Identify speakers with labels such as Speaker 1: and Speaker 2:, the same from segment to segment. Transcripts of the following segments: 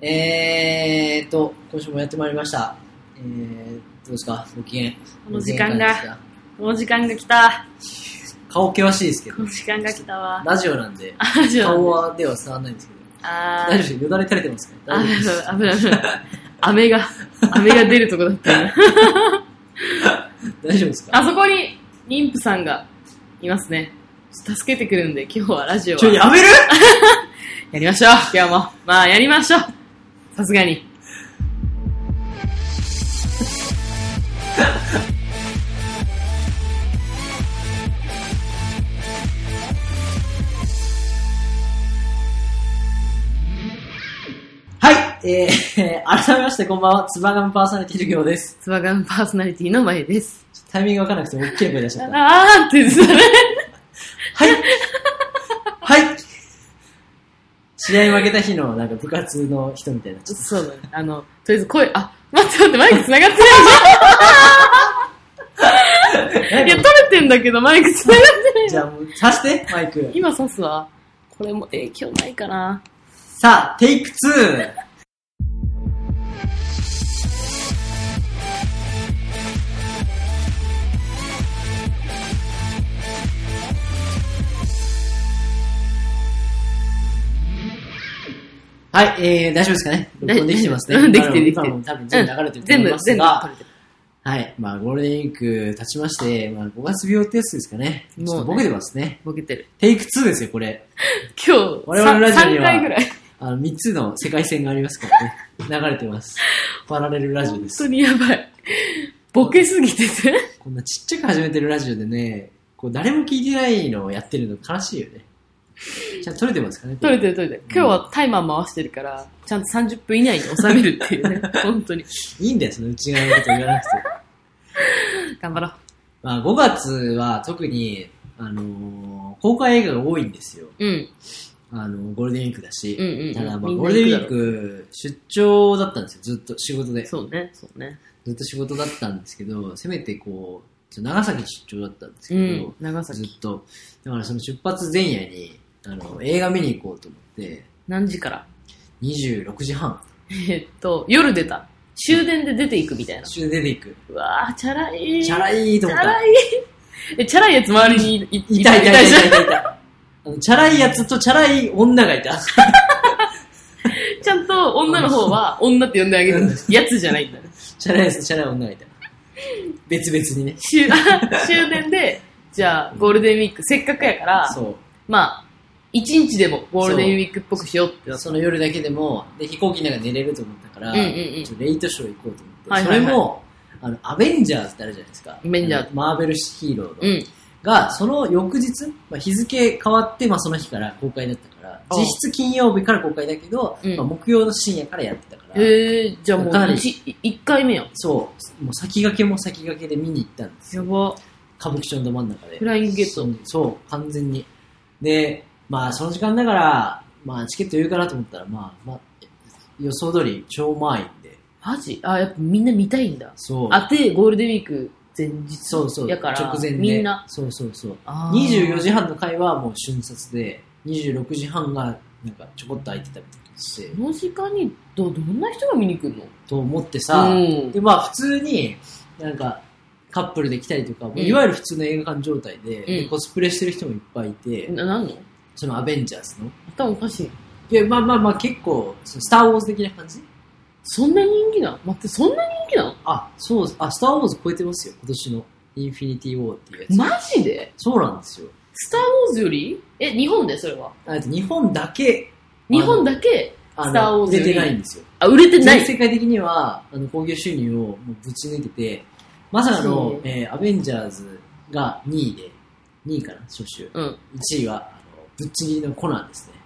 Speaker 1: えーっと、今週もやってまいりました。えー、どうですかご機嫌。
Speaker 2: この時間が
Speaker 1: ご機嫌いかがですか
Speaker 2: この時間が来た。
Speaker 1: 顔険しいですけど
Speaker 2: こ、の時間が来たわ。
Speaker 1: ラジオなんで、
Speaker 2: あ、じゃ
Speaker 1: 顔はでは伝わらないんですけど、
Speaker 2: あ
Speaker 1: 大丈夫
Speaker 2: ー
Speaker 1: ですよだれ垂れてますか
Speaker 2: あ
Speaker 1: 大丈夫です。
Speaker 2: ー、危ない危ない。飴が、飴が出るとこだった ね。
Speaker 1: 大丈夫です
Speaker 2: あ
Speaker 1: か
Speaker 2: そこに妊婦さんがいますね。助けてくるんで、今日はラジオ
Speaker 1: ちょ、
Speaker 2: は
Speaker 1: やめる
Speaker 2: やりましょう。今日も。まあ、やりましょう。さすがに。
Speaker 1: はい、えー、改めましてこんばんは、つばがみパーソナリティ授業です。
Speaker 2: ツバガンパーソナリティの前です。
Speaker 1: ちょっとタイミングわからなくて、大きい声出しちゃった。
Speaker 2: あーって言ってたね。
Speaker 1: はいはい試合負けた日の、なんか部活の人みたいな。ちょっ
Speaker 2: そうだね。あの、とりあえず声、あ、待って待って、マイク繋がってない
Speaker 1: と、
Speaker 2: じゃん。いや、取れてんだけど、マイク繋がってない
Speaker 1: じゃあもう、さして、マイク。
Speaker 2: 今刺すわ。これも影響ないかな。
Speaker 1: さあ、テイク 2! はい、えー、大丈夫ですかね録音できてます
Speaker 2: う
Speaker 1: ね。
Speaker 2: んできてるできてる
Speaker 1: 多分多分全部流れてると思います
Speaker 2: 全部、全部
Speaker 1: が、
Speaker 2: 取れてる。
Speaker 1: はい、まあゴールデンウィーク経ちまして、まあ5月病ってやつですかね。ちょ
Speaker 2: も
Speaker 1: っ
Speaker 2: うね
Speaker 1: とボケてますね。
Speaker 2: ボケてる。
Speaker 1: テイク2ですよ、これ。
Speaker 2: 今日、
Speaker 1: 我々のラジオに
Speaker 2: 3
Speaker 1: は
Speaker 2: 回ぐらい。
Speaker 1: あの、3つの世界線がありますからね。 流れてます。パラレルラジオで
Speaker 2: 本
Speaker 1: す
Speaker 2: 当。にやばい。ボケすぎてて。
Speaker 1: こんなちっちゃく始めてるラジオでね、こう誰も聞いてないのをやってるの悲しいよね。ちゃんと撮れてますかね
Speaker 2: 取れて
Speaker 1: る。
Speaker 2: る取れてる。今日はタイマー回してるから、ちゃんと30分以内に収めるっていうね。本当に。
Speaker 1: いいんだよ、その内側のこと言わな くて。
Speaker 2: 頑張ろう。
Speaker 1: まあ5月は特に、あのー公開映画が多いんですよ。
Speaker 2: うん。
Speaker 1: あのーゴールデンウィークだ
Speaker 2: うん
Speaker 1: し。
Speaker 2: うんうん。
Speaker 1: ただまあ
Speaker 2: みん
Speaker 1: ゴール
Speaker 2: な
Speaker 1: デンウィ
Speaker 2: 行
Speaker 1: ー
Speaker 2: くだろう
Speaker 1: ク出張だったんですよ、ずっと仕事で。
Speaker 2: そうね、そうね。
Speaker 1: ずっと仕事だったんですけど、せめてこう、ちょ長崎出張だったんです
Speaker 2: う
Speaker 1: けど、
Speaker 2: ん。長
Speaker 1: ず
Speaker 2: 崎。
Speaker 1: っと。だからその出発前夜に、あの、映画見に行こうと思って、
Speaker 2: 何時から
Speaker 1: 26時半、
Speaker 2: えっと、夜出た。終電で出ていくみたいな。
Speaker 1: 途中で出ていく。
Speaker 2: うわぁ、チャラい。
Speaker 1: チャラいと
Speaker 2: チ
Speaker 1: 思っ
Speaker 2: ャ
Speaker 1: た
Speaker 2: ラ。い。え、チャラいやつ周りにいい
Speaker 1: いたいたいたい
Speaker 2: じゃん
Speaker 1: たいたいた。あの、チャラいやつとチャラい女がいた。
Speaker 2: ちゃんと女の方は女って呼んであげるんだ。やつじゃないんだね。
Speaker 1: チャラいやつとチャラい女がいた。別々にね。
Speaker 2: 終 終電で、じゃあゴールデンウィークせっかくやから、
Speaker 1: そ
Speaker 2: まあ、一日でもゴールデンウィークっぽくしようって
Speaker 1: う。
Speaker 2: なった
Speaker 1: その夜だけでも、で、飛行機の中で寝れると思ったから、
Speaker 2: うんうんうん
Speaker 1: ちょっとレイトショー行こうと思って。
Speaker 2: はいはいはい
Speaker 1: それも、あの、アベンジャーズってあるじゃないですか。
Speaker 2: アベンジャーズ
Speaker 1: あのマーベルヒーローの。
Speaker 2: うん。
Speaker 1: が、その翌日、まあ、日付変わって、まあ、その日から公開だったから、
Speaker 2: ああ
Speaker 1: 実質金曜日から公開だけど、
Speaker 2: うん
Speaker 1: まあ、木曜の深夜からやってたから、
Speaker 2: へえじゃあも
Speaker 1: かな
Speaker 2: う
Speaker 1: り
Speaker 2: 一、一回目やん。
Speaker 1: そう、もう先駆けも先駆けで見に行ったんです
Speaker 2: や
Speaker 1: よ。
Speaker 2: ば。
Speaker 1: 歌舞伎町のど真ん中で
Speaker 2: フ。ライングゲット。
Speaker 1: そうそう、完全に。で、まあ、その時間だから、まあ、チケット言うかなと思ったら、まあ、まあ、予想通り超満員で、
Speaker 2: マジあ、やっぱみんな見たいんだ。
Speaker 1: そう、
Speaker 2: あて、ゴールデンウィーク前日。
Speaker 1: そうそう、
Speaker 2: やから、
Speaker 1: 直前で、
Speaker 2: みんな。
Speaker 1: そうそうそう。
Speaker 2: あー
Speaker 1: 24時半の回はもう瞬殺で、26時半がなんかちょこっと空いてたりして、
Speaker 2: この時間にど、どんな人が見に来るの
Speaker 1: と思ってさ、
Speaker 2: うん
Speaker 1: で、まあ普通に、なんか、カップルで来たりとか、もういわゆる普通の映画館状態で、で
Speaker 2: うん
Speaker 1: コスプレしてる人もいっぱいいて、
Speaker 2: な、なんの
Speaker 1: そのアベンジャーズの。
Speaker 2: 頭おかしい。
Speaker 1: で、まあまあまあ結構、そのスター・ウォーズ的な感じ
Speaker 2: そんな人気なの待って、そんな人気なの
Speaker 1: あ、そう、あ、スター・ウォーズ超えてますよ、今年の。インフィニティ・ウォーっていうやつ。
Speaker 2: マジで
Speaker 1: そうなんですよ。
Speaker 2: スター・ウォーズよりえ、日本でそれは。
Speaker 1: あと日本だけ、
Speaker 2: 日本だけ、
Speaker 1: あの
Speaker 2: スターウォーズよ
Speaker 1: 出
Speaker 2: り
Speaker 1: てないんですよ。
Speaker 2: あ、売れて な
Speaker 1: 全
Speaker 2: い。
Speaker 1: 世界的には、あの、興行収入をもうぶち抜いてて、まさか
Speaker 2: そ
Speaker 1: の
Speaker 2: う、
Speaker 1: えーアベンジャーズが2位で、2位かな、初週。
Speaker 2: うん。
Speaker 1: 1位は、あの、ぶっちぎりのコナンですね。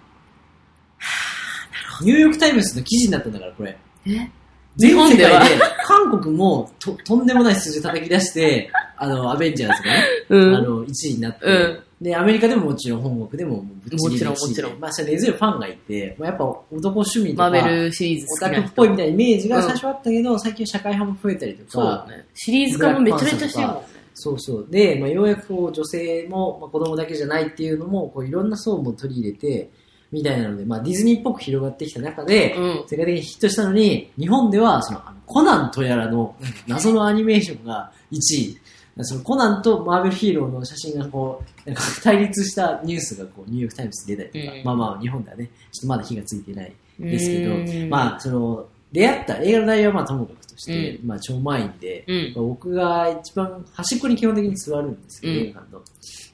Speaker 1: ニューヨークタイムズの記事になったんだから、これ。
Speaker 2: え
Speaker 1: 全世界
Speaker 2: 日本では
Speaker 1: で、韓国もととんでもない数字叩き出して、あの、アベンジャーズがね、
Speaker 2: う
Speaker 1: あ
Speaker 2: ん。
Speaker 1: の、1位になって、
Speaker 2: うん
Speaker 1: で、アメリカでももちろん、本国でももうぶっちぎりの1位で。
Speaker 2: もちろんもちろん
Speaker 1: まあ、それ根強いファンがいて、まあ、やっぱ男趣味と
Speaker 2: マ
Speaker 1: か、
Speaker 2: ーベルシリーズ
Speaker 1: オ
Speaker 2: 好
Speaker 1: タ
Speaker 2: き
Speaker 1: ク
Speaker 2: な
Speaker 1: っぽいみ
Speaker 2: 人。
Speaker 1: たいなイメージが
Speaker 2: うん
Speaker 1: 最初あったけど、最近社会派も増えたりと
Speaker 2: そうだ
Speaker 1: か、
Speaker 2: ね。シリーズ化もめちゃめちゃしてるもんね。
Speaker 1: そうそう。で、まあ、ようやくこう女性も、まあ、子供だけじゃないっていうのも、こういろんな層も取り入れて、みたいなので、まあ、ディズニーっぽく広がってきた中で、
Speaker 2: うん。
Speaker 1: 世界的にヒットしたのに、日本では、その、あのコナンとやらの謎のアニメーションが1位。そのコナンとマーベルヒーローの写真がこう、なんか対立したニュースがこう、ニューヨークタイムズで出たりとか、
Speaker 2: うん
Speaker 1: まあまあ日本ではね、ちょっとまだ火がついてない。ですけ
Speaker 2: ど
Speaker 1: まあ、その、出会った映画の内容はまあともかくとして、
Speaker 2: う
Speaker 1: まあ超満員で、
Speaker 2: うん。
Speaker 1: 僕が一番端っこに基本的に座るんですけど、
Speaker 2: うん
Speaker 1: 映画館の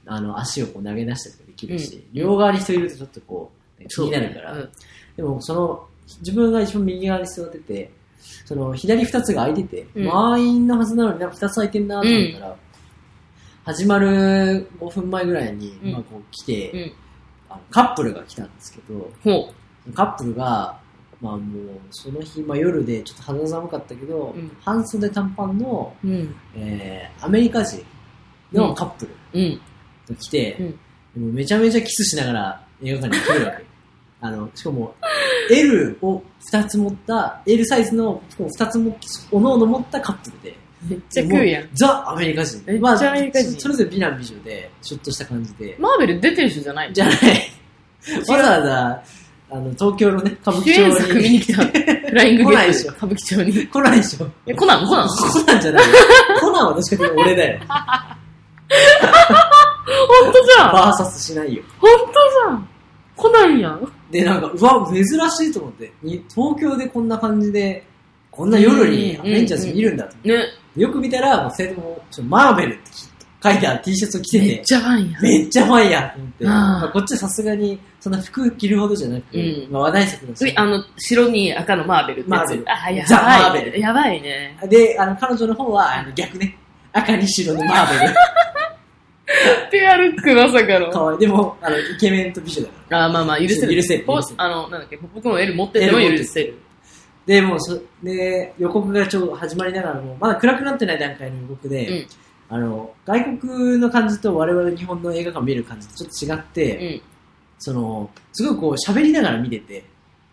Speaker 1: あの足をこう投げ出したりとかできるし、両側に人いるとちょっとこう気になるから、
Speaker 2: うん
Speaker 1: でもその自分が一番右側に座っててその左2つが空いてて、
Speaker 2: うん
Speaker 1: 満員のはずなのになんか2つ空いてんなと思ったら、始まる5分前ぐらいに、
Speaker 2: うん
Speaker 1: まあ、こう来て、
Speaker 2: うん
Speaker 1: あのカップルが来たんですけど、
Speaker 2: ほ
Speaker 1: カップルが、まあもう、その日、まあ夜でちょっと肌寒かったけど、
Speaker 2: うん
Speaker 1: 半袖短パンの、
Speaker 2: う。うん。
Speaker 1: えー、アメリカ人のカップル
Speaker 2: うん。
Speaker 1: が来て、
Speaker 2: うん
Speaker 1: でもめちゃめちゃキスしながら映画館に来るわけ。 あの、しかも、L を2つ持った、L サイズの2つも、おのおの持ったカップルで、
Speaker 2: めっちゃ食うや
Speaker 1: も
Speaker 2: ん。
Speaker 1: ザ・アメリカ人。
Speaker 2: めっちゃ
Speaker 1: まあ
Speaker 2: アメリカ人
Speaker 1: それぞれ美男美女で、ちょっとした感じで、
Speaker 2: マーベル出てる人じゃない
Speaker 1: じゃない。わざわざ、あの、東京のね、歌舞
Speaker 2: 主演
Speaker 1: 伎町
Speaker 2: 作見に
Speaker 1: に
Speaker 2: 来 た。フライングゲ
Speaker 1: 来ないで
Speaker 2: ッ
Speaker 1: し
Speaker 2: ト
Speaker 1: ょ
Speaker 2: で歌舞伎町に。
Speaker 1: 来ないでしょ。
Speaker 2: え、コナンコナン
Speaker 1: コナンじゃないよ。コナンは確かに俺だよ。
Speaker 2: ほんとじゃん
Speaker 1: バーサスしないよ。
Speaker 2: ほんとじゃんコナンやん。
Speaker 1: で、なんか、うわ、珍しいと思って。に東京でこんな感じで、こんな夜に
Speaker 2: うん
Speaker 1: アベンジャーズ見るんだと。
Speaker 2: ね。
Speaker 1: よく見たら、もう二人とも、ちょマーベルって書いた T シャツを着て、
Speaker 2: めってちゃファンやん。
Speaker 1: めっちゃファイヤーと思って。
Speaker 2: あー
Speaker 1: まあこっちはさすがに、そんな服着るほどじゃなく、
Speaker 2: うん
Speaker 1: まあ話題作だし
Speaker 2: う。あの、白に赤のマーベルってやつ。
Speaker 1: マーベル
Speaker 2: あ、やばい。
Speaker 1: ザマーベル
Speaker 2: やばいね。
Speaker 1: で、あの、彼女の方は、あの逆ね。赤に白のマー ベル。
Speaker 2: ペアルックまさかの。
Speaker 1: 可愛い。でも、あの、イケメンと美女だから。
Speaker 2: あ、まあまあ、許せる。
Speaker 1: 許せる
Speaker 2: ポ
Speaker 1: 許せる
Speaker 2: あの、なんだっけ、ポップコーン L 持ってても許せる。
Speaker 1: で、もうそ、で、予告がちょうど始まりながらも、まだ暗くなってない段階の予告で、
Speaker 2: うん
Speaker 1: あの、外国の感じと我々日本の映画館見る感じとちょっと違っ
Speaker 2: う
Speaker 1: て、
Speaker 2: ん。
Speaker 1: その、すごいこう喋りながら見てて、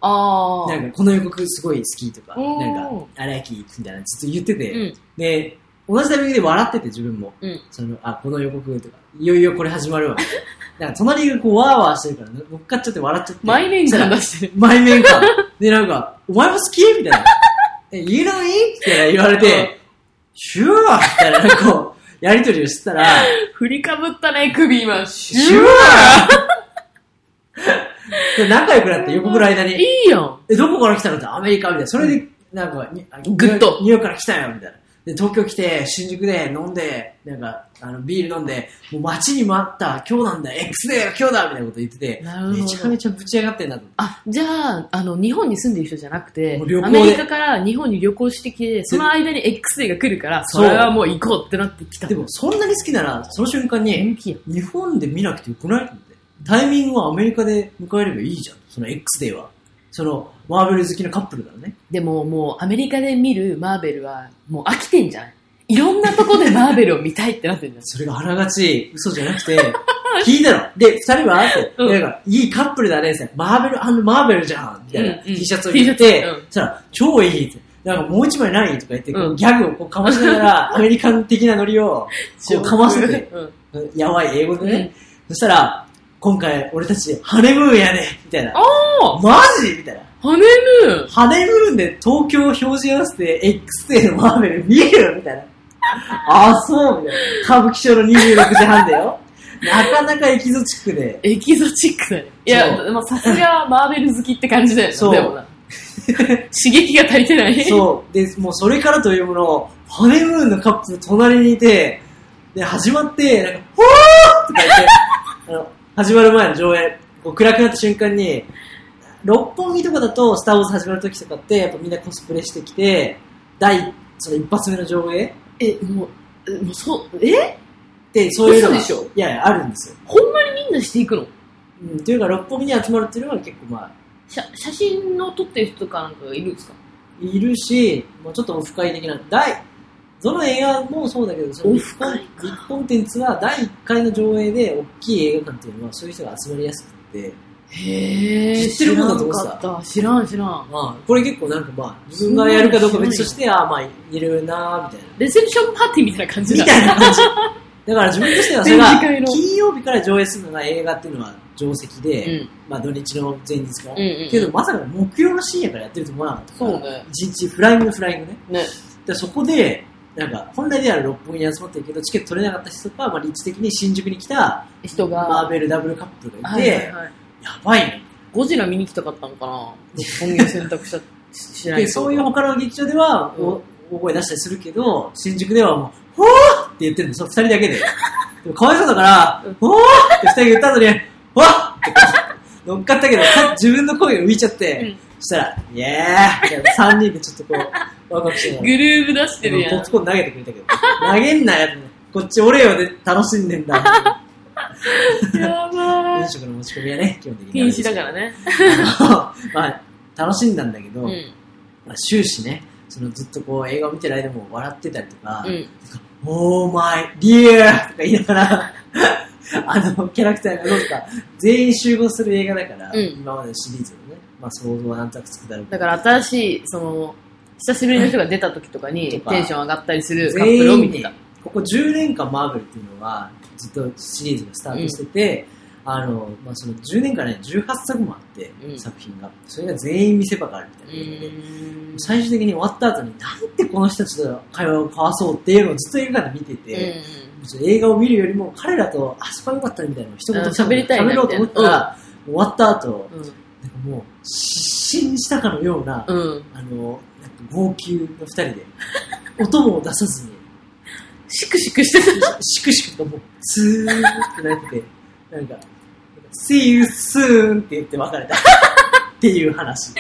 Speaker 2: ああ。
Speaker 1: なんかこの予告すごい好きとか、
Speaker 2: お
Speaker 1: な
Speaker 2: ー
Speaker 1: んか、荒木行くみたいなずっと言ってて、
Speaker 2: うん。
Speaker 1: で、同じタイミングで笑ってて自分も、
Speaker 2: うん
Speaker 1: その、あ、この予告とか、いよいよこれ始ま るわ。なんか隣がこうワーワーしてるから乗っかっちゃって笑っちゃって。
Speaker 2: 毎年
Speaker 1: そした
Speaker 2: 感
Speaker 1: ら
Speaker 2: 出してる。
Speaker 1: 前面感。で、なんか、お前も好きみたいな。え、言えないって言われて、シュワーみたいな、こう、やりとりをしてたら、
Speaker 2: 振りかぶったね、首今。シ
Speaker 1: シュワーで仲良くなって予告の間に、
Speaker 2: いいよ。
Speaker 1: え、どこから来たのってアメリカみたいな。それで、なんか、にあ
Speaker 2: グッと
Speaker 1: ニューヨークから来たよ、みたいな。で、東京来て、新宿で飲んで、なんか、あの、ビール飲んで、もう待ちに待った、今日なんだ、X だよ、今日だ、みたいなこと言ってて、
Speaker 2: なるほど
Speaker 1: めちゃめちゃぶち上がってんなと思って。
Speaker 2: あ、じゃあ、あの、日本に住んでる人じゃなくて
Speaker 1: もう旅、行で
Speaker 2: アメリカから日本に旅行してきて、その間に X デーが来るから、
Speaker 1: そ
Speaker 2: そうれはもう行こうってなってきた。
Speaker 1: でも、そんなに好きなら、その瞬間に、
Speaker 2: 人気やん。
Speaker 1: 日本で見なくてよくないって。タイミングはアメリカで迎えればいいじゃん。その X デーは。その、マーベル好きのカップルだね。
Speaker 2: でももうアメリカで見るマーベルはもう飽きてんじゃないいろんなとこでマーベルを見たいってなってんじゃん。
Speaker 1: それがあらがち嘘じゃなくて、 聞いたの。で、二人はって、
Speaker 2: うん
Speaker 1: なんか、いいカップルだねって、マーベルマーベルじゃんみたいな、
Speaker 2: うんうん
Speaker 1: T シャツを着て
Speaker 2: T シャツうん、
Speaker 1: そしたら、超いいって。なんか、もう一枚ないとか言って、こう
Speaker 2: うん
Speaker 1: ギャグをこうかましながら、アメリカン的なノリを、こうかま せて、
Speaker 2: うん。
Speaker 1: やばい英語でね。そしたら、今回、俺たち、ハネムーンやねみたいな。
Speaker 2: おー
Speaker 1: マジみたいな。
Speaker 2: ハネムーン
Speaker 1: ハネムーンで東京を表示合わせて X デーのマーベル見るみたいな。ああ、そうみたいな。歌舞伎町の26時半だよ。なかなかエキゾチックで。
Speaker 2: エキゾチックだね。いや、
Speaker 1: そ
Speaker 2: でもさすがマーベル好きって感じだよね。
Speaker 1: そう
Speaker 2: でもな刺激が足りてない。
Speaker 1: そう。で、もうそれからというもの、ハネムーンのカップル隣にいて、で、始まって、なんか、ほーとか言って、あの、始まる前の上映、こう暗くなった瞬間に、六本木とかだと、スターウォーズ始まる時とかって、やっぱみんなコスプレしてきて、第、その一発目の上映
Speaker 2: え、もう、えもうそう、え
Speaker 1: で、そういうのが
Speaker 2: 嘘でしょ
Speaker 1: いやいや、あるんですよ。
Speaker 2: ほんまにみんなしていくの
Speaker 1: うん、というか、六本木に集まるっていうのは結構まあ、
Speaker 2: 写写真を撮ってる人とかなんかがいるんですか
Speaker 1: いるし、もうちょっとオフ会的な、第、どの映画もそうだけど、その
Speaker 2: オ
Speaker 1: 日
Speaker 2: フ会か
Speaker 1: 本コンテンツは第1回の上映で大きい映画館っていうのはそういう人が集まりやすくて、
Speaker 2: へ
Speaker 1: 知ってるもんだと思ってた
Speaker 2: た。知らん知らん。
Speaker 1: まあ、これ結構なんかまあ、自分がやるかどうか別として、ああまあ、いるなーみたいな。
Speaker 2: レセプションパーティーみたいな感じ
Speaker 1: み
Speaker 2: だ。
Speaker 1: たいな感じ。だから自分としてはそれが
Speaker 2: 展示会、の
Speaker 1: 金曜日から上映するのが映画っていうのは、定石
Speaker 2: う
Speaker 1: で、
Speaker 2: ん。
Speaker 1: まあ土日の前日から
Speaker 2: うん。うん。
Speaker 1: けど、まさか木曜の深夜からやってると思わなかったか
Speaker 2: そう
Speaker 1: ら、
Speaker 2: ね。
Speaker 1: 一日フライングのフライングね。
Speaker 2: ね。
Speaker 1: でそこで、なんか、本来では六本木に集まってるけど、チケット取れなかった人とか、まあ、立地的に新宿に来た、
Speaker 2: 人が。
Speaker 1: マーベルダブルカップルがい
Speaker 2: は
Speaker 1: て、
Speaker 2: いはいはい。
Speaker 1: やばいね。
Speaker 2: ゴジラ見に来たかったのかな本業選択した、ししない
Speaker 1: で、そういう他の劇場では、
Speaker 2: うん
Speaker 1: お大声出したりするけど、新宿ではもう、ほーって言ってるの、そう二人だ けで。でもかわいそうだから
Speaker 2: うん、
Speaker 1: ほーって二人言ったのに、ほーって乗っかったけど、さ自分の声が浮いちゃって、
Speaker 2: うん
Speaker 1: そしたら、イエーイみたいな三人でちょっとこう、ワクワクしながら
Speaker 2: グルーブ出してるや
Speaker 1: ポ
Speaker 2: ん
Speaker 1: ップ。コーン投げてくれたけど。投げんなよって。こっち俺よで楽しんでん だ。
Speaker 2: やば
Speaker 1: 飲
Speaker 2: い。
Speaker 1: 食の持ち込みはね、基本的に。
Speaker 2: 禁止だからね。
Speaker 1: あの。 まあ、楽しんだんだけど、
Speaker 2: うん。
Speaker 1: まあ、終始ね、そのずっとこう映画を見てる間も笑ってたりとか、
Speaker 2: うん。
Speaker 1: オーマイ、リアーとか言いながら、 あのキャラクターがどうか、全員集合する映画だから、
Speaker 2: うん
Speaker 1: 今までのシリーズのね、まあ想像はなんとなくつくだろうけど
Speaker 2: だから新しい、その、久しぶりの人が出た時とかに
Speaker 1: とか
Speaker 2: テンション上がったりするカップルを見てた。
Speaker 1: ここ10年間マーベルっていうのはずっとシリーズがスタートしてて、あのまあ、その10年間ね18作もあって、
Speaker 2: うん
Speaker 1: 作品がそれが全員見せ場があるみたい
Speaker 2: う
Speaker 1: なので、
Speaker 2: ーん。
Speaker 1: 最終的に終わった後になんでこの人たちと会話を交わそうっていうのをずっと映画館で見てて、
Speaker 2: う
Speaker 1: 別に映画を見るよりも彼らとあそこは良かったねみたいなのを一言
Speaker 2: うん喋りたいなみたい
Speaker 1: ろ
Speaker 2: な
Speaker 1: うと思ったら、終わった後な
Speaker 2: ん。
Speaker 1: んかもう失神したかのような、
Speaker 2: うん。うん。
Speaker 1: あのなんか号泣の二人で音も出さずに
Speaker 2: シクシクしてた。
Speaker 1: しくしくともう、ツーってなって、なんか、See you soon って言って別れた。っていう話。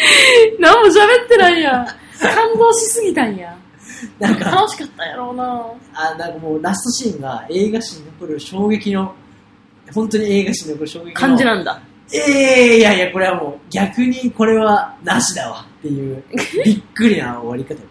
Speaker 2: 何も喋ってないやん。感動しすぎたんや。
Speaker 1: なんか、
Speaker 2: 楽しかったやろうな。
Speaker 1: あなんかもうラストシーンが映画史に残る衝撃の、本当に映画史に残る衝撃の。
Speaker 2: 感じなんだ。
Speaker 1: ええいやいや、これはもう逆にこれはなしだわっていう、びっくりな終わり方で。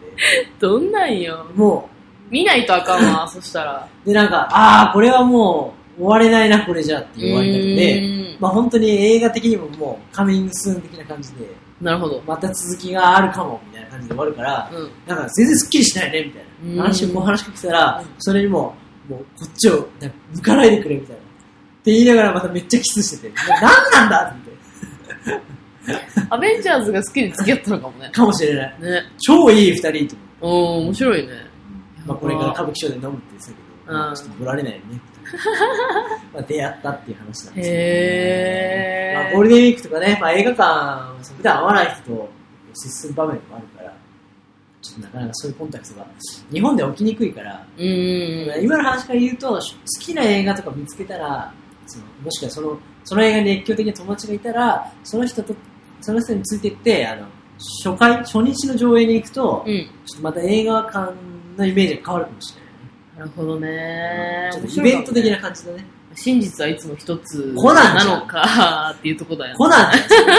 Speaker 2: どんなんよ。
Speaker 1: も
Speaker 2: 見ないとあかん わ、そしたら。
Speaker 1: う、でなんか、ああ、これはもう終われないな、これじゃっていう終わり方で、
Speaker 2: うーん
Speaker 1: まあ本当に映画的にももうカミングスーン的な感じで、
Speaker 2: なるほど。
Speaker 1: また続きがあるかもみたいな感じで終わるから、
Speaker 2: うん。
Speaker 1: なんか全然スッキリしないねみたいな。話
Speaker 2: うん
Speaker 1: もう話しかけたら
Speaker 2: うん、
Speaker 1: それにも、もうこっちをなんか向かないでくれみたいな。って言いながらまためっちゃキスしてて、もう何なんだって言って
Speaker 2: アベンジャーズが好きで付き合ったのかもね。
Speaker 1: かもしれない。
Speaker 2: ね。
Speaker 1: 超いい二人と思う。
Speaker 2: おお面白いね。
Speaker 1: まあこれから歌舞伎町で飲むって言ってたけ
Speaker 2: うん
Speaker 1: ど、ちょっと来られないよ ね。まあ出会ったっていう話なんですけ
Speaker 2: へ
Speaker 1: ど、まあ
Speaker 2: ー。
Speaker 1: ゴールデンウィークとかね、まあ映画館、普段会わない人と接する場面もあるから、ちょっとなかなかそういうコンタクトが日本では起きにくいから、
Speaker 2: うーん。
Speaker 1: 今の話から言うと好きな映画とか見つけたらそのもしくはそのその映画に熱狂的な友達がいたらその人とその人についていってあの初回初日の上映に行くと,、
Speaker 2: うん。
Speaker 1: ちょっとまた映画館のイメージが変わるかもしれない、
Speaker 2: なるほどね。
Speaker 1: ちょっとイベント的
Speaker 2: 面白いかもね
Speaker 1: な感じだね
Speaker 2: 真実はいつも一つ
Speaker 1: コナン
Speaker 2: な
Speaker 1: じゃん
Speaker 2: のかっていうとこだよ
Speaker 1: コナンじゃん
Speaker 2: ね。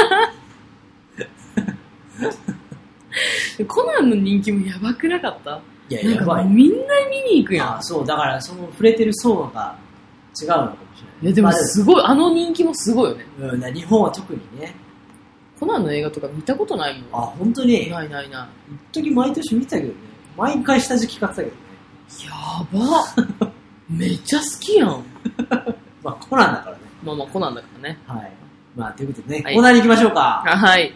Speaker 2: コナンの人気もやばくなかった
Speaker 1: いや
Speaker 2: な
Speaker 1: や
Speaker 2: ん
Speaker 1: ば
Speaker 2: か
Speaker 1: い
Speaker 2: みんな見に行くや
Speaker 1: あ
Speaker 2: ん。
Speaker 1: そうだからその触れてる層が違うのかもしれない
Speaker 2: いやでも
Speaker 1: まあ
Speaker 2: すごい、あの人気もすごいよね。
Speaker 1: うん、だ日本は特にね
Speaker 2: コナンの映画とか見たことないも
Speaker 1: あ
Speaker 2: ん。
Speaker 1: 本当に一
Speaker 2: ないないない。
Speaker 1: 時毎年見てたけどね毎回下敷き買ってたけどね
Speaker 2: やばめっ ちゃ好きやん。
Speaker 1: まあコナンだからね
Speaker 2: まあまあ、コナンだからね。
Speaker 1: はい。まあ、ということでね、
Speaker 2: はい
Speaker 1: コーナーに行きましょうか。
Speaker 2: はい。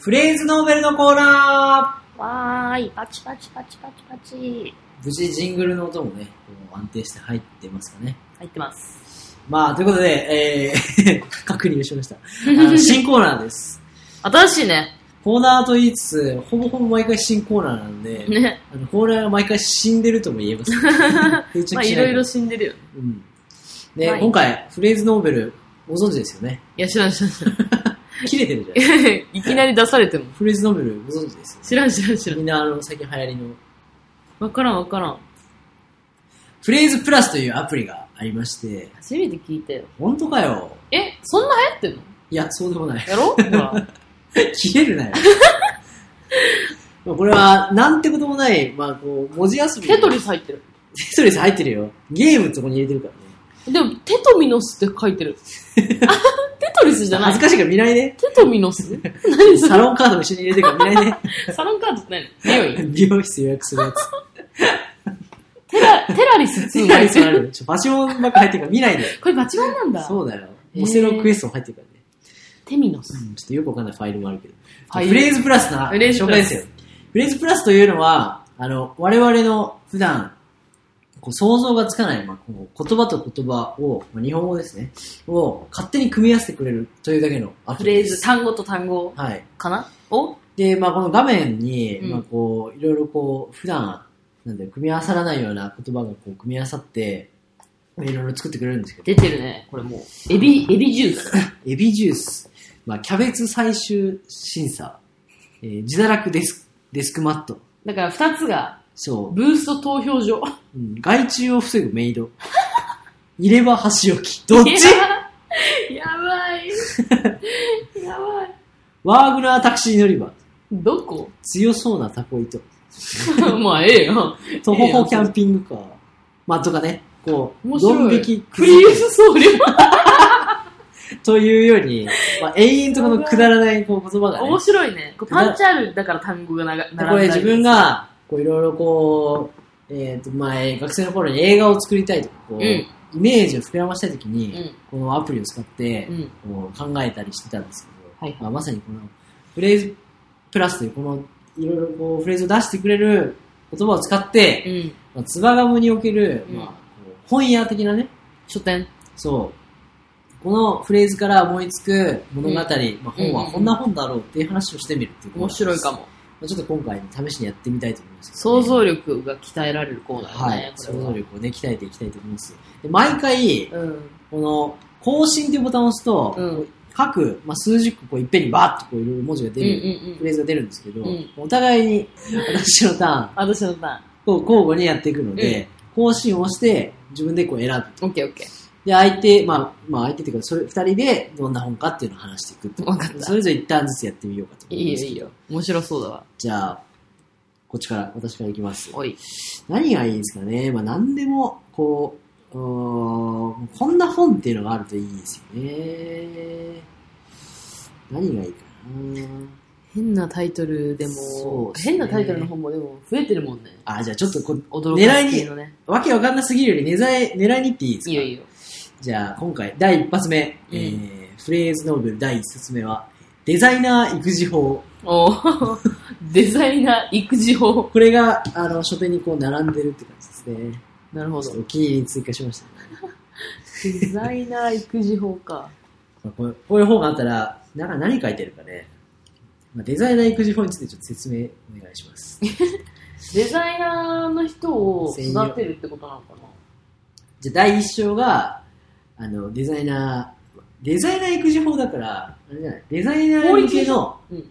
Speaker 1: フレーズノーベルのコーナ
Speaker 3: わーい、パチパチパチパチパチ。
Speaker 1: ー無事、ジングルの音もね、こう安定して入ってますかね。
Speaker 2: 入ってます。
Speaker 1: まあ、ということで、えー、 確認しました。あの新コーナーです。
Speaker 2: 新しいね。
Speaker 1: コーナーと言いつつ、ほぼほぼ毎回新コーナーなん で、
Speaker 2: ね。
Speaker 1: あのコーナーが毎回死んでるとも言えます。 定着し
Speaker 2: ま
Speaker 1: な
Speaker 2: あ、
Speaker 1: い
Speaker 2: い
Speaker 1: から
Speaker 2: ろいろ死んでるよね。
Speaker 1: うん。で、
Speaker 3: はい
Speaker 1: 今回、フレーズノーベル、ご存知ですよね。
Speaker 2: いや、知らん知らん知らん。
Speaker 1: 切れてるじゃない
Speaker 2: いきなり出されても。
Speaker 1: フレーズノーベル、ご存知ですよ、
Speaker 2: 知らん知らん知らん
Speaker 1: み。んな、あの、最近流行りの
Speaker 2: わからんわからん。
Speaker 1: フレーズプラスというアプリがありまして、
Speaker 2: 初めて聞いたよ。
Speaker 1: 本当かよ。
Speaker 2: え、そんな流行ってんの
Speaker 1: いや、そうでもない。
Speaker 2: やろほら。
Speaker 1: 切れるなよ。まあこれは、なんてこともない、まあ、こう、文字遊び。
Speaker 2: テトリス入ってる。
Speaker 1: テトリス入ってるよ。ゲームってとこに入れてるからね。
Speaker 2: でも、テトミノスって書いて る。あテトリスじゃな
Speaker 1: 恥
Speaker 2: い
Speaker 1: ず。かしいから見ない ね。
Speaker 2: テトミノス何そ
Speaker 1: サ
Speaker 2: れ
Speaker 1: ロンカードも一緒に入れてるから見ないね。
Speaker 2: サロンカードって何 匂い
Speaker 1: 美容室予約するやつ。
Speaker 2: テラ、テラリス2
Speaker 1: 見
Speaker 2: が
Speaker 1: ない
Speaker 2: 入
Speaker 1: で
Speaker 2: ってる。
Speaker 1: すバチモンばっか入ってるから見ないで。
Speaker 2: これバチモンなんだ。
Speaker 1: そうだよ。お店のクエストも入ってるからね。
Speaker 2: テミノス。
Speaker 1: うんちょっとよくわかんないファイルもあるけど。
Speaker 2: はい
Speaker 1: フレーズプラスな
Speaker 2: フレーズ
Speaker 1: 紹介
Speaker 2: プラ
Speaker 1: で
Speaker 2: ス
Speaker 1: すよ。フレーズプラスというのは、あの、我々の普段、こう想像がつかない、まあ、こう言葉と言葉を、まあ、日本語ですね、を勝手に組み合わせてくれるというだけのアプ
Speaker 2: フ
Speaker 1: リ
Speaker 2: レ
Speaker 1: で
Speaker 2: ーズ、
Speaker 1: す。
Speaker 2: 単語と単語
Speaker 1: はい。
Speaker 2: かなを
Speaker 1: で、まあ、この画面に、
Speaker 2: うん
Speaker 1: まあ、こう、いろいろこう、普段、なんで、組み合わさらないような言葉がこう、組み合わさって、まあいろいろ作ってくれるんですけど、
Speaker 2: 出てるね、これもう。エビ、エビジュース。
Speaker 1: エビジュース、まあ、キャベツ最終審査、えー自堕落デスデスクマット、
Speaker 2: だから二つが、
Speaker 1: そ
Speaker 2: ブースト投票所。
Speaker 1: う、うん、害虫を防ぐメイド、入れ歯箸置き、どっち
Speaker 2: い ややば い。やばい。
Speaker 1: ワーグナータクシー乗り場、
Speaker 2: どこ
Speaker 1: 強そうなタコ糸、
Speaker 2: まあ、ええよ。
Speaker 1: 徒歩歩キャンピングカー、まあ、とかね、こ
Speaker 2: 面
Speaker 1: う、
Speaker 2: 白い
Speaker 1: ドン引き
Speaker 2: プ
Speaker 1: ク
Speaker 2: リウス総領。
Speaker 1: というように、まあ、永遠とこのくだらないこう言葉がね
Speaker 2: 面、白いね。こうパンチある、だから単語がなが
Speaker 1: で
Speaker 2: 並
Speaker 1: こ
Speaker 2: ん
Speaker 1: れ
Speaker 2: だり
Speaker 1: 自分、が、こういろいろこう、えっ、と、前、学生の頃に映画を作りたいとか、こう、
Speaker 2: うん
Speaker 1: イメージを膨らましたいときに、
Speaker 2: うん
Speaker 1: このアプリを使って
Speaker 2: う、ん。
Speaker 1: こう考えたりしてたんですけど、
Speaker 2: はいはい
Speaker 1: まあ、まさにこのフレーズプラスというこのいろいろこうフレーズを出してくれる言葉を使って、
Speaker 2: うん。
Speaker 1: まあ、ツバガムにおける、
Speaker 2: うん
Speaker 1: まあ、こう本屋的なね、
Speaker 2: 書店。
Speaker 1: そう、このフレーズから思いつく物語、まあ、本
Speaker 2: うんうん
Speaker 1: は
Speaker 2: うん
Speaker 1: こんな本だろうっていう話をしてみるっていうコーナー
Speaker 2: 面
Speaker 1: です
Speaker 2: 白いか。も。
Speaker 1: まあ、ちょっと今回試しにやってみたいと思いますけどね、
Speaker 2: 想像力が鍛えられるコーナーだ
Speaker 1: は
Speaker 2: ね、
Speaker 1: い、
Speaker 2: こ
Speaker 1: 想
Speaker 2: れは
Speaker 1: 像力をね、鍛えていきたいと思います。で毎回、
Speaker 2: うん。
Speaker 1: この、更新というボタンを押すと、
Speaker 2: うん
Speaker 1: 各、まあ、数十個こういっぺんにバーッとこういろいろ文字が
Speaker 2: うんう
Speaker 1: 出
Speaker 2: ん
Speaker 1: る、
Speaker 2: う
Speaker 1: フ
Speaker 2: ん。
Speaker 1: レーズが出るんですけど、
Speaker 2: うん
Speaker 1: お互いに私のターン、
Speaker 2: 私のタ
Speaker 1: こう交互にやっていくので、更新を押して、自分でこう選ぶ。
Speaker 2: ーン。オッケーオッケー。
Speaker 1: で、相手、まあ、まあ相手っていうか、それ二人でどんな本かっていうのを話していくっていう
Speaker 2: わかった
Speaker 1: それぞれ一旦ずつやってみようかと思い
Speaker 2: いい
Speaker 1: ま
Speaker 2: よ
Speaker 1: す
Speaker 2: いいよ。面白そうだわ。
Speaker 1: じゃあ、こっちから、私からいきます。
Speaker 2: おい。
Speaker 1: 何がいいですかね。まあ、何でも、こう、うーんこんな本っていうのがあるといいですよね。何がいいか
Speaker 2: 変なタイトルで
Speaker 1: そ
Speaker 2: も
Speaker 1: う、ですね
Speaker 2: 変なタイトルの本もでも増えてるもんね。
Speaker 1: な。あ、じゃあちょっとこう、
Speaker 2: 驚かす系のね。
Speaker 1: わけわかんなすぎるより、狙い、狙いにっていいですか
Speaker 2: いいよいいよ。
Speaker 1: じゃあ、今回、第一発目、えーフレーズノーベル第一冊目は、デザイナー育児法。
Speaker 2: おー デザイナー育児法。
Speaker 1: これが、あの、書店にこう、並んでるって感じですね。
Speaker 2: なるほ
Speaker 1: ちょっと
Speaker 2: ど
Speaker 1: お。気に入りに追加しました。
Speaker 2: デザイナー育児法か。
Speaker 1: まあこうこういう本があったら、中に何書いてるかね。まあ、デザイナー育児本についてちょっと説明お願いし ます。
Speaker 2: デザイナーの人を育てるってことなのか
Speaker 1: じゃあ第一章が、あの、デザイナー、デザイナー育児法だから、あれじゃない、デザイナー向けの、
Speaker 2: 法律うん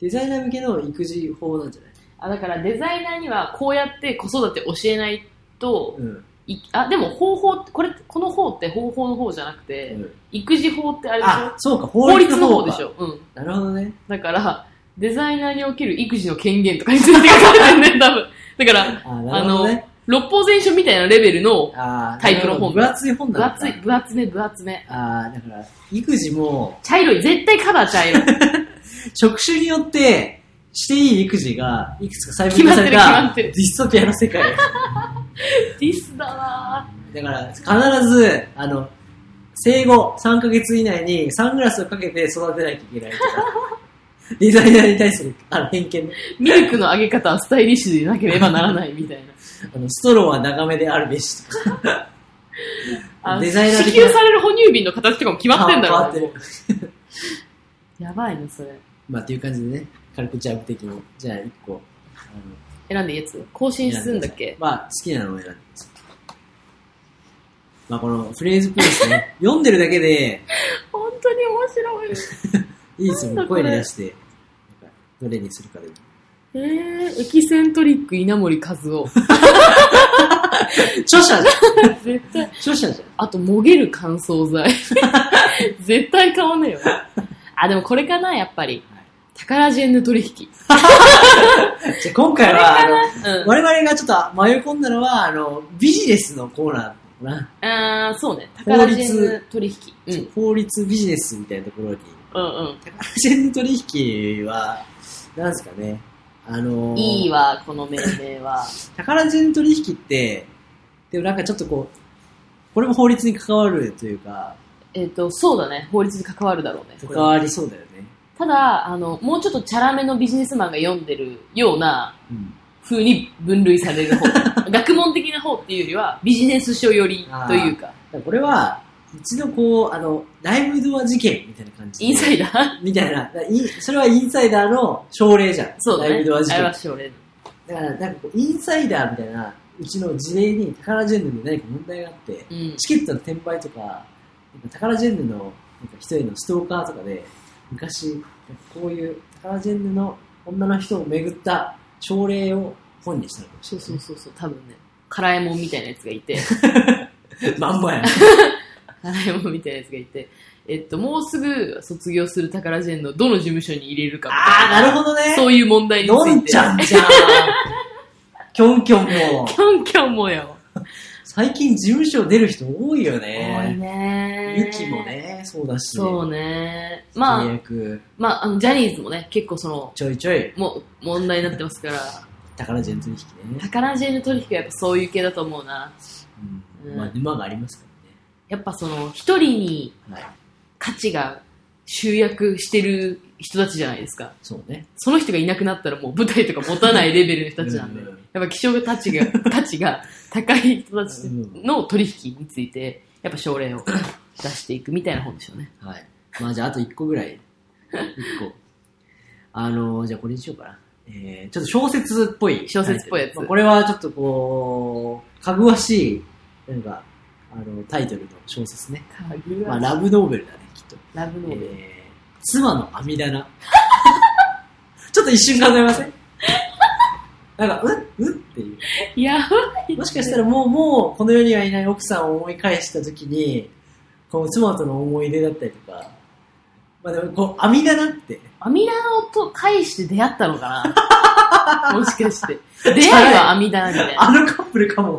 Speaker 1: デザイナー向けの育児法なんじゃない
Speaker 2: なあ、だからデザイナーにはこうやって子育て教えないと、
Speaker 1: うん。
Speaker 2: いあ、でも方法、これ、この方って方法の方じゃなくて、
Speaker 1: うん
Speaker 2: 育児法ってあれでし
Speaker 1: あ
Speaker 2: ょ、
Speaker 1: そうか、
Speaker 2: 法
Speaker 1: 法律
Speaker 2: 律
Speaker 1: の
Speaker 2: の
Speaker 1: 方
Speaker 2: 方でし
Speaker 1: ょ。
Speaker 2: ょうん。
Speaker 1: なるほどね。
Speaker 2: だから、デザイナーにおける育児の権限とかについて書かれてるね、多分。だから、
Speaker 1: あなるほどね。
Speaker 2: 六法全書みたいなレベルの、
Speaker 1: あー
Speaker 2: タイプの本
Speaker 1: なるほど分厚い本
Speaker 2: 分
Speaker 1: なんだ。
Speaker 2: 厚い、分厚め、分厚め。
Speaker 1: ああ、だから、育児も、
Speaker 2: 茶色い、絶対カバー 茶色い。
Speaker 1: 職種によって、していい育児が、いくつか細分化され
Speaker 2: 決ま
Speaker 1: た、
Speaker 2: ってる
Speaker 1: ディストピアの世 界。
Speaker 2: ディスだな
Speaker 1: だから、必ず、あの、生後3ヶ月以内にサングラスをかけて育てなきゃいけないとか、 デザイナーに対するあの偏見ね
Speaker 2: ミルクのあげ方はスタイリッシュでなければならないみたいな。
Speaker 1: あの、ストローは長めであるべしと
Speaker 2: あ
Speaker 1: か、
Speaker 2: の
Speaker 1: デザイナー
Speaker 2: 支
Speaker 1: 的
Speaker 2: 給
Speaker 1: な
Speaker 2: される哺乳瓶の形とかも決まってんだろう、
Speaker 1: 変わってる。
Speaker 2: やばいね、それ。
Speaker 1: まあ、という感じでね、カルクチャー部的に、じゃあ1個、あの
Speaker 2: 選んでいいやつ更新するんだっけ
Speaker 1: まあ、好きなのを選んでます。まあ、このフレーズプレスね、読んでるだけで、
Speaker 2: 本当に面白い。
Speaker 1: いいです
Speaker 2: な
Speaker 1: よ、
Speaker 2: んだこれ
Speaker 1: 声に出して、なんかどれにするかで。
Speaker 2: えー、エキセントリック稲森和夫。
Speaker 1: 著者じゃん
Speaker 2: 絶対。
Speaker 1: 著者じゃん。
Speaker 2: あと、もげる乾燥 剤。絶対買わねえよ。あ、でもこれかな、やっぱり
Speaker 1: はい。
Speaker 2: タカラジェンヌ取引。
Speaker 1: じゃあ今回は、あの
Speaker 2: うん。
Speaker 1: 我々がちょっと迷い込んだのは、あの、ビジネスのコーナかな、
Speaker 2: あー、そうね。宝ジェンヌ取引。うん。
Speaker 1: 法律ビジネスみたいなところに、
Speaker 2: うん
Speaker 1: 宝ジェンヌ取引は、なんですかね、あの
Speaker 2: うん。
Speaker 1: ー
Speaker 2: いいわ、この命名は。
Speaker 1: 宝ジェン取引って、でもなんかちょっとこう、これも法律に関わるというか、
Speaker 2: えっと、そうだね。法律に関わるだろうね。これ
Speaker 1: 関わりそうだよね。
Speaker 2: ただ、あの、もうちょっとチャラめのビジネスマンが読んでるような
Speaker 1: うん。
Speaker 2: 風に分類される方。 学問的な方っていうよりは、ビジネス書寄りというか、
Speaker 1: だからこれは、一度こう、あの、ライブドア事件みたいな感じで。
Speaker 2: インサイ ダー
Speaker 1: みたいな。だからインそれはインサイダーの症例じゃん。
Speaker 2: そうだ
Speaker 1: ライ
Speaker 2: ね
Speaker 1: ブドア。事
Speaker 2: あれ
Speaker 1: 件
Speaker 2: は。それ。
Speaker 1: だから、なんかこう、インサイダーみたいな、うちの事例に宝ジェンヌに何か問題があって、
Speaker 2: うん。
Speaker 1: チケットの転売とか、なんか宝ジェンヌのなんか一人のストーカーとかで、昔、こういう宝ジェンヌの女の人を巡った症例を本にしたのかもし
Speaker 2: そ
Speaker 1: れ
Speaker 2: う
Speaker 1: ない
Speaker 2: そうそうそう、多分ね。カラえもんみたいなやつが いて、
Speaker 1: まんま や。
Speaker 2: カラえもんみたいなやつがいて、えっと、もうすぐ卒業する宝ジェンのどの事務所に入れるかみ
Speaker 1: あ
Speaker 2: た
Speaker 1: ー、
Speaker 2: い
Speaker 1: なるほどね。
Speaker 2: そういう問題について。
Speaker 1: のんちゃんじゃん。キョンキョンも
Speaker 2: キ。ョンキョンもよ。
Speaker 1: 最近事務所出る人多いよ
Speaker 2: 多い
Speaker 1: ね。
Speaker 2: ね
Speaker 1: ユキも。ね、そうだし。
Speaker 2: そうね。ま
Speaker 1: 契
Speaker 2: あ、
Speaker 1: 約、
Speaker 2: まあ、あの、ジャニーズもね、結構その、
Speaker 1: ちょいちょい、
Speaker 2: もう、問題になってますから、
Speaker 1: 宝ジェント引きね。
Speaker 2: 宝ジェンの取引はやっぱそういう系だと思うな。
Speaker 1: うん
Speaker 2: うん
Speaker 1: まあ、沼がありますか
Speaker 2: やっぱその、一人に
Speaker 1: らね。はい。
Speaker 2: 価値が集約してる人たちじゃないですか。
Speaker 1: そうね。
Speaker 2: その人がいなくなったらもう舞台とか持たないレベルの人たちなんで、
Speaker 1: うんうん
Speaker 2: やっぱ希少価 値が、価値が高い人たちの取引について、やっぱ奨励を出していくみたいな本でしょうね。
Speaker 1: はい。まあじゃああと1個ぐらい。1個。あのー、じゃあこれにしようかな。えー、ちょっと小説っぽい。
Speaker 2: 小説っぽいやつ
Speaker 1: まあこれはちょっとこう、かぐわしい、なんか、あの、タイトルの小説ね。まあラブノーベルだね、きっと。
Speaker 2: ラブノ
Speaker 1: え
Speaker 2: ーベル。
Speaker 1: ー、妻の網棚。 ちょっと一瞬考えません なんか、うんうんっていう。
Speaker 2: やばい。
Speaker 1: もしかしたらもう、もう、この世にはいない奥さんを思い返したときに、こう、妻との思い出だったりとか、まあでも、こう、網だなって。
Speaker 2: アミダナと返して出会ったのか なもしかして。出会いはアミダナみたいな。
Speaker 1: あのカップルかも。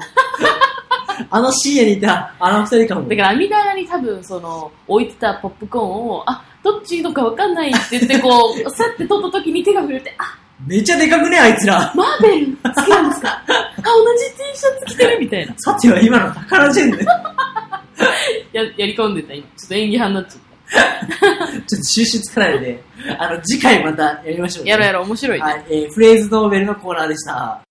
Speaker 1: あの深夜にいた、あの二人かも。
Speaker 2: だからアミダナに多分その置いてたポップコーンを、あ、どっちのかわかんないって言ってこう、さって取った時に手が触れて、あ、
Speaker 1: めっちゃでかくね、あいつら。
Speaker 2: マーベル好きなんです かあ、同じ T シャツ着てるみたいな。
Speaker 1: さては今の宝ジェンヌ。ちょ
Speaker 2: や、やり込んでた今。ちょっと演技派になっちゃっ
Speaker 1: っと収集つかないので、あの、次回またやりましょう、
Speaker 2: た。やろうやろう、面白いね。
Speaker 1: はい、えーフレーズノーベルのコーナーでした。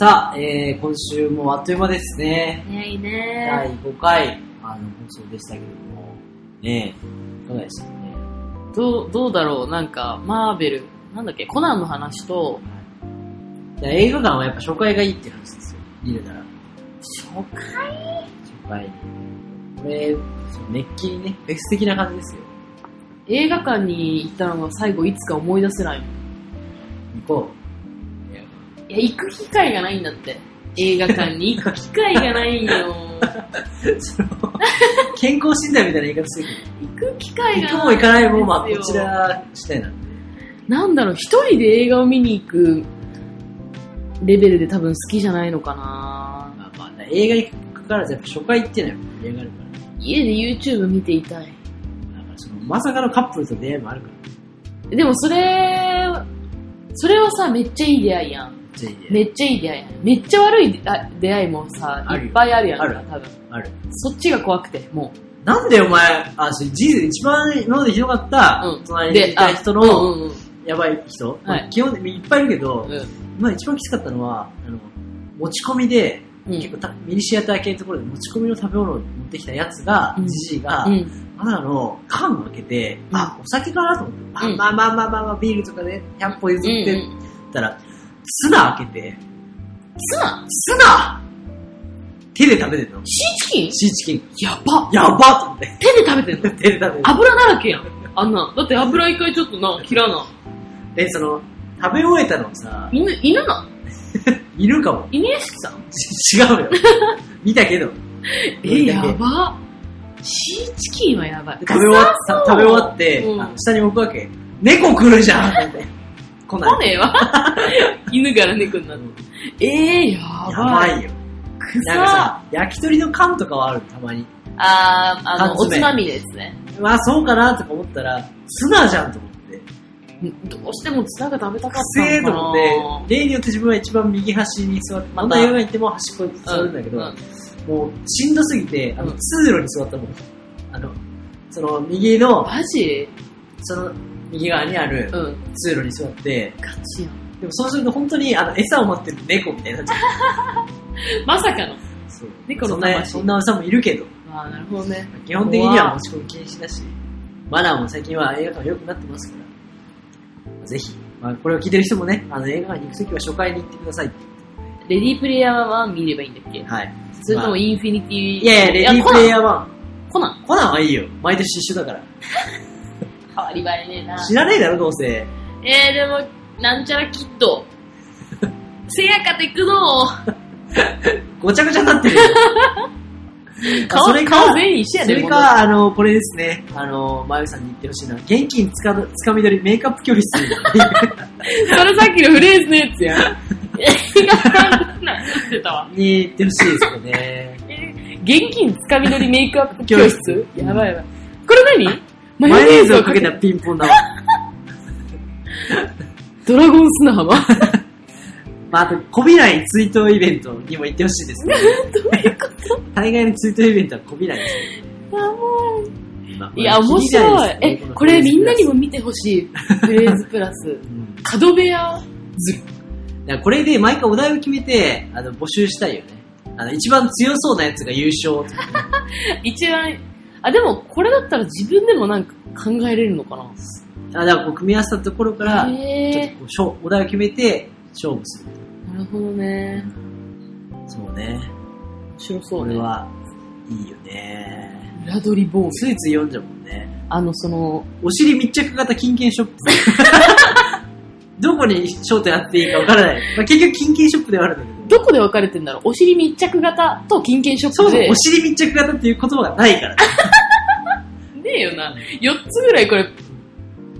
Speaker 1: さあ、えー今週もあっという間ですね。
Speaker 2: 早いね
Speaker 1: 第5回、あの、放送でしたけども、ねえ、いかがでしたかね。
Speaker 2: どう、どうだろうなんか、マーベル、なんだっけ、コナンの話と、
Speaker 1: じゃあ映画館はやっぱ初回がいいっていう話ですよ。見るなら。
Speaker 2: 初回
Speaker 1: 初回に。これ、熱気にね、フェス的な感じですよ。
Speaker 2: 映画館に行ったのが最後いつか思い出せないもん
Speaker 1: 行こう。
Speaker 2: いや、行く機会がないんだって。映画館に行く機会がないよ。
Speaker 1: その健康診断みたいな言い方する
Speaker 2: 行く機会
Speaker 1: け
Speaker 2: が
Speaker 1: ど、行く
Speaker 2: ない。
Speaker 1: も行かないも、まあ、こ
Speaker 2: です
Speaker 1: ち
Speaker 2: よ。
Speaker 1: ら次第なんで。
Speaker 2: なんだろう、一人で映画を見に行くレベルで多分好きじゃないのかな
Speaker 1: まあまあ、映画にかかわらず、やっぱ初回っていうのはやっぱ盛り上がるから、ね。
Speaker 2: 家で YouTube 見ていたい。
Speaker 1: だからその、まさかのカップルと出会いもあるから、
Speaker 2: でもそれ、それはさ、めっちゃいい出会いやん。
Speaker 1: めっちゃいい
Speaker 2: め
Speaker 1: ね。
Speaker 2: っちゃいい出会いやん。めっちゃ悪い出会い出会いもさ、
Speaker 1: あるよ
Speaker 2: いっぱいあるやんか
Speaker 1: ある
Speaker 2: 多分。
Speaker 1: ある。
Speaker 2: そっちが怖くて、もう。
Speaker 1: なんでお前、あ、それ人生で一番今までひどかった、
Speaker 2: うん
Speaker 1: 隣にいた人
Speaker 2: あ
Speaker 1: の、
Speaker 2: うんうんうん。
Speaker 1: やばい人、まあ
Speaker 2: はい
Speaker 1: 基本的にいっぱいいるけど、
Speaker 2: うん
Speaker 1: まあ一番きつかったのは、あの、持ち込みで、
Speaker 2: うん
Speaker 1: 結構たミニシアター系のところで持ち込みの食べ物を持ってきたやつが、
Speaker 2: うん
Speaker 1: じじいが、
Speaker 2: うん。
Speaker 1: バナナの缶を開けて、
Speaker 2: うん
Speaker 1: あ、お酒かなと思って、あ
Speaker 2: うん
Speaker 1: まあまあまあまあまあ、ビールとかね、100歩譲っ
Speaker 2: うんう
Speaker 1: て
Speaker 2: ん
Speaker 1: ったら、ツナ開けて、
Speaker 2: ツナ
Speaker 1: ツナ手で食べてんの
Speaker 2: シーチキン
Speaker 1: シーチキン。
Speaker 2: やば
Speaker 1: やばっと思って、
Speaker 2: 手で食べてんの
Speaker 1: 手で食べて。
Speaker 2: 油だらけやん。あんな。だって油一回ちょっとな、切らな。
Speaker 1: で、その、食べ終えたのさ、
Speaker 2: 犬、犬な。
Speaker 1: いるかも。
Speaker 2: 犬屋敷さん
Speaker 1: ち違うよ。見たけど。
Speaker 2: え、やば。シーチキンはやばい。
Speaker 1: で食べ終わった食べ終わって、
Speaker 2: うん
Speaker 1: あの下に置くわけ。猫来るじゃんって言って。来ない。
Speaker 2: 骨 は犬から猫になる。えー、や
Speaker 1: や
Speaker 2: ば
Speaker 1: ば
Speaker 2: い。
Speaker 1: いよ。
Speaker 2: く
Speaker 1: なんかさ、焼き鳥の缶とかはある、たまに。
Speaker 2: あー、あの、
Speaker 1: 缶
Speaker 2: おつ
Speaker 1: 詰
Speaker 2: まみですね。
Speaker 1: まあ、そうかなとか思ったら、ツナじゃんと思って。
Speaker 2: どうしてもツナが食べた
Speaker 1: く
Speaker 2: かっ
Speaker 1: せ
Speaker 2: た
Speaker 1: え
Speaker 2: の
Speaker 1: と
Speaker 2: か
Speaker 1: 思
Speaker 2: な
Speaker 1: って、例によって自分は一番右端に座って、
Speaker 2: ま
Speaker 1: ま
Speaker 2: た
Speaker 1: た夜行っても端っこに座
Speaker 2: う
Speaker 1: るんだけど、
Speaker 2: うん
Speaker 1: もうしんどすぎて、あの、
Speaker 2: うん
Speaker 1: 通路に座ったもん。あの、その右の、
Speaker 2: マジ
Speaker 1: その右側にある
Speaker 2: うん。
Speaker 1: 通路に座って、
Speaker 2: ガチやん。
Speaker 1: でもそうすると本当にあの餌を待ってる猫みたいになっちゃう。
Speaker 2: まさかの。
Speaker 1: そう
Speaker 2: 猫の
Speaker 1: そんな、
Speaker 2: 魂
Speaker 1: そんな餌もいるけど、
Speaker 2: あー、なるほどね。
Speaker 1: 基本的には持ち込み禁止だし、マナーも最近は映画館良くなってますから、ぜひ、まあ、これを聞いてる人もね、あの映画館に行くときは初回に行ってください。
Speaker 2: レディープレイヤーは見ればいいんだっけ
Speaker 1: はい。
Speaker 2: それと
Speaker 1: ま
Speaker 2: も
Speaker 1: あ
Speaker 2: インフィニティ
Speaker 1: いやいや、レディープレイヤーは、
Speaker 2: ー。コナン。
Speaker 1: コナンはいいよ。毎年一緒だから。
Speaker 2: 変わり映えねえな。
Speaker 1: 知らねえだろ、どうせ。
Speaker 2: えー、でも、なんちゃらキッ ド。せやかてくの
Speaker 1: ごちゃごちゃになってる。まあ
Speaker 2: 顔、顔全員一緒や
Speaker 1: そ
Speaker 2: ね
Speaker 1: れか、あの、これですね。あの、まゆさんに言ってほしいな。元気につか、つかみ取り、メイクアップ教室。
Speaker 2: それさっきのフレーズのやつやん。 映画館なんて言ってたわ。
Speaker 1: に行ってほしいですよね。
Speaker 2: 現金つかみ取りメイクアップ教
Speaker 1: 教
Speaker 2: 室
Speaker 1: 室
Speaker 2: やばいやばい。これ何
Speaker 1: マ
Speaker 2: マ
Speaker 1: ヨ
Speaker 2: ヨネ
Speaker 1: ネ
Speaker 2: ー
Speaker 1: ー
Speaker 2: ズ
Speaker 1: ズ
Speaker 2: を
Speaker 1: を
Speaker 2: か
Speaker 1: か
Speaker 2: け
Speaker 1: け
Speaker 2: た
Speaker 1: たピンポン玉。
Speaker 2: ドラゴン砂浜
Speaker 1: まあ、あと、こびない追悼イベントにも行ってほしいです ね。大概の追悼イベントはこびないですね。
Speaker 2: いや、面白い。え、これみんなにも
Speaker 1: う
Speaker 2: 見てほしい。フレーズプラ ス。
Speaker 1: ん。
Speaker 2: 角部屋ず
Speaker 1: だからこれで毎回お題を決めて、あの、募集したいよね。あの、一番強そうなやつが優勝とか。
Speaker 2: 一番、あ、でもこれだったら自分でもなんか考えれるのか
Speaker 1: あ、だからこう組み合わせたところから
Speaker 2: な、
Speaker 1: ちょっ
Speaker 2: へ
Speaker 1: とこう勝お題を決めて勝負する。
Speaker 2: ー。なるほどね。
Speaker 1: そうね。
Speaker 2: 面白そ
Speaker 1: こ
Speaker 2: う
Speaker 1: れ
Speaker 2: ね。
Speaker 1: はいいよね。
Speaker 2: 裏取りボール。
Speaker 1: ついつい読んじゃうもんね。
Speaker 2: あの、その、
Speaker 1: お尻密着型金券ショップ。 どこに焦点あっていいかわからない。まあ、結局金券ショップではあるんだけど。
Speaker 2: どこで分かれてんだろうお尻密着型と金券ショ
Speaker 1: そ
Speaker 2: ッ
Speaker 1: も
Speaker 2: プ
Speaker 1: そ
Speaker 2: で
Speaker 1: もお。尻密着型っていう言葉がないから。
Speaker 2: ねえよな。4つぐらいこれ、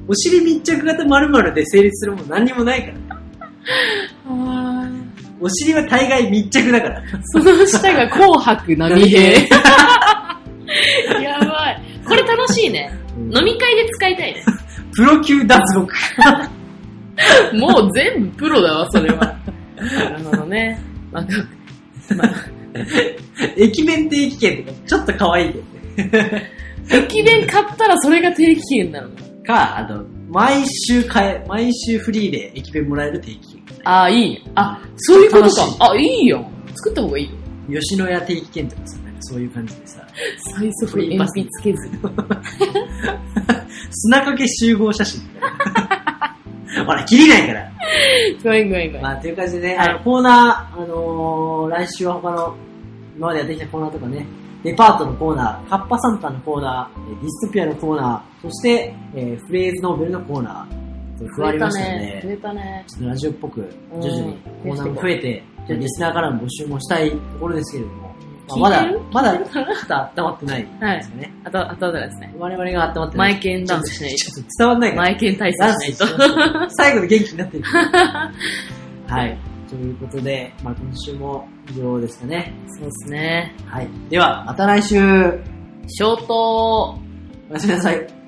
Speaker 1: お尻密着型〇〇で成立するもの何にもないから。お尻は大概密着だから。
Speaker 2: その下が紅白波平。 やばい。これ楽しいね。飲み会で使いたいね。
Speaker 1: プロ級脱獄。
Speaker 2: もう全部プロだわ、それは。 なるほどね。まあ、
Speaker 1: 駅弁定期券とか、ちょっと可愛いけどね。
Speaker 2: 駅弁買ったらそれが定期券なの。
Speaker 1: か、あと、毎週買え、毎週フリーで駅弁もらえる定期券。
Speaker 2: ああ、いいね。あ、そういうこと
Speaker 1: 楽しい
Speaker 2: か。あ、いいよ。作った方がいいよ。
Speaker 1: 吉野家定期券とかさ、なんかそういう感じでさ、
Speaker 2: 最速鉛筆つけず。
Speaker 1: 砂掛け集合 写真みたいな。ほら、切りないから。
Speaker 2: ごめんごめんごめん。
Speaker 1: まあ、という感じでね、
Speaker 2: はい
Speaker 1: あの、コーナー、あのー来週は他の、今までやってきたコーナーとかね、デパートのコーナー、カッパサンタのコーナー、えーディストピアのコーナー、そして、えーフレーズノーベルのコーナー、と加わりましたので、
Speaker 2: 増えたね。
Speaker 1: ちょっとラジオっぽく徐々にコーナーも増えて、
Speaker 2: うん
Speaker 1: リスナーからの募集もしたいところですけれども、まあまだ
Speaker 2: 聞いてる、
Speaker 1: まだ、ちょっと温まってない ですよね。
Speaker 2: あと、あとはですね。
Speaker 1: 我々が温まってな
Speaker 2: マ
Speaker 1: い。
Speaker 2: イケンダンスしない
Speaker 1: ちょっと伝わんない
Speaker 2: と。
Speaker 1: か
Speaker 2: マ
Speaker 1: ら。
Speaker 2: イケン対
Speaker 1: ダ
Speaker 2: 策
Speaker 1: ン
Speaker 2: し
Speaker 1: ス
Speaker 2: ないと。
Speaker 1: 最後の元気になって る。はい。ということで、まあ今週も以上ですかね。
Speaker 2: そうですね。
Speaker 1: はい。では、また来週。
Speaker 2: ショート
Speaker 1: おやすみなさい。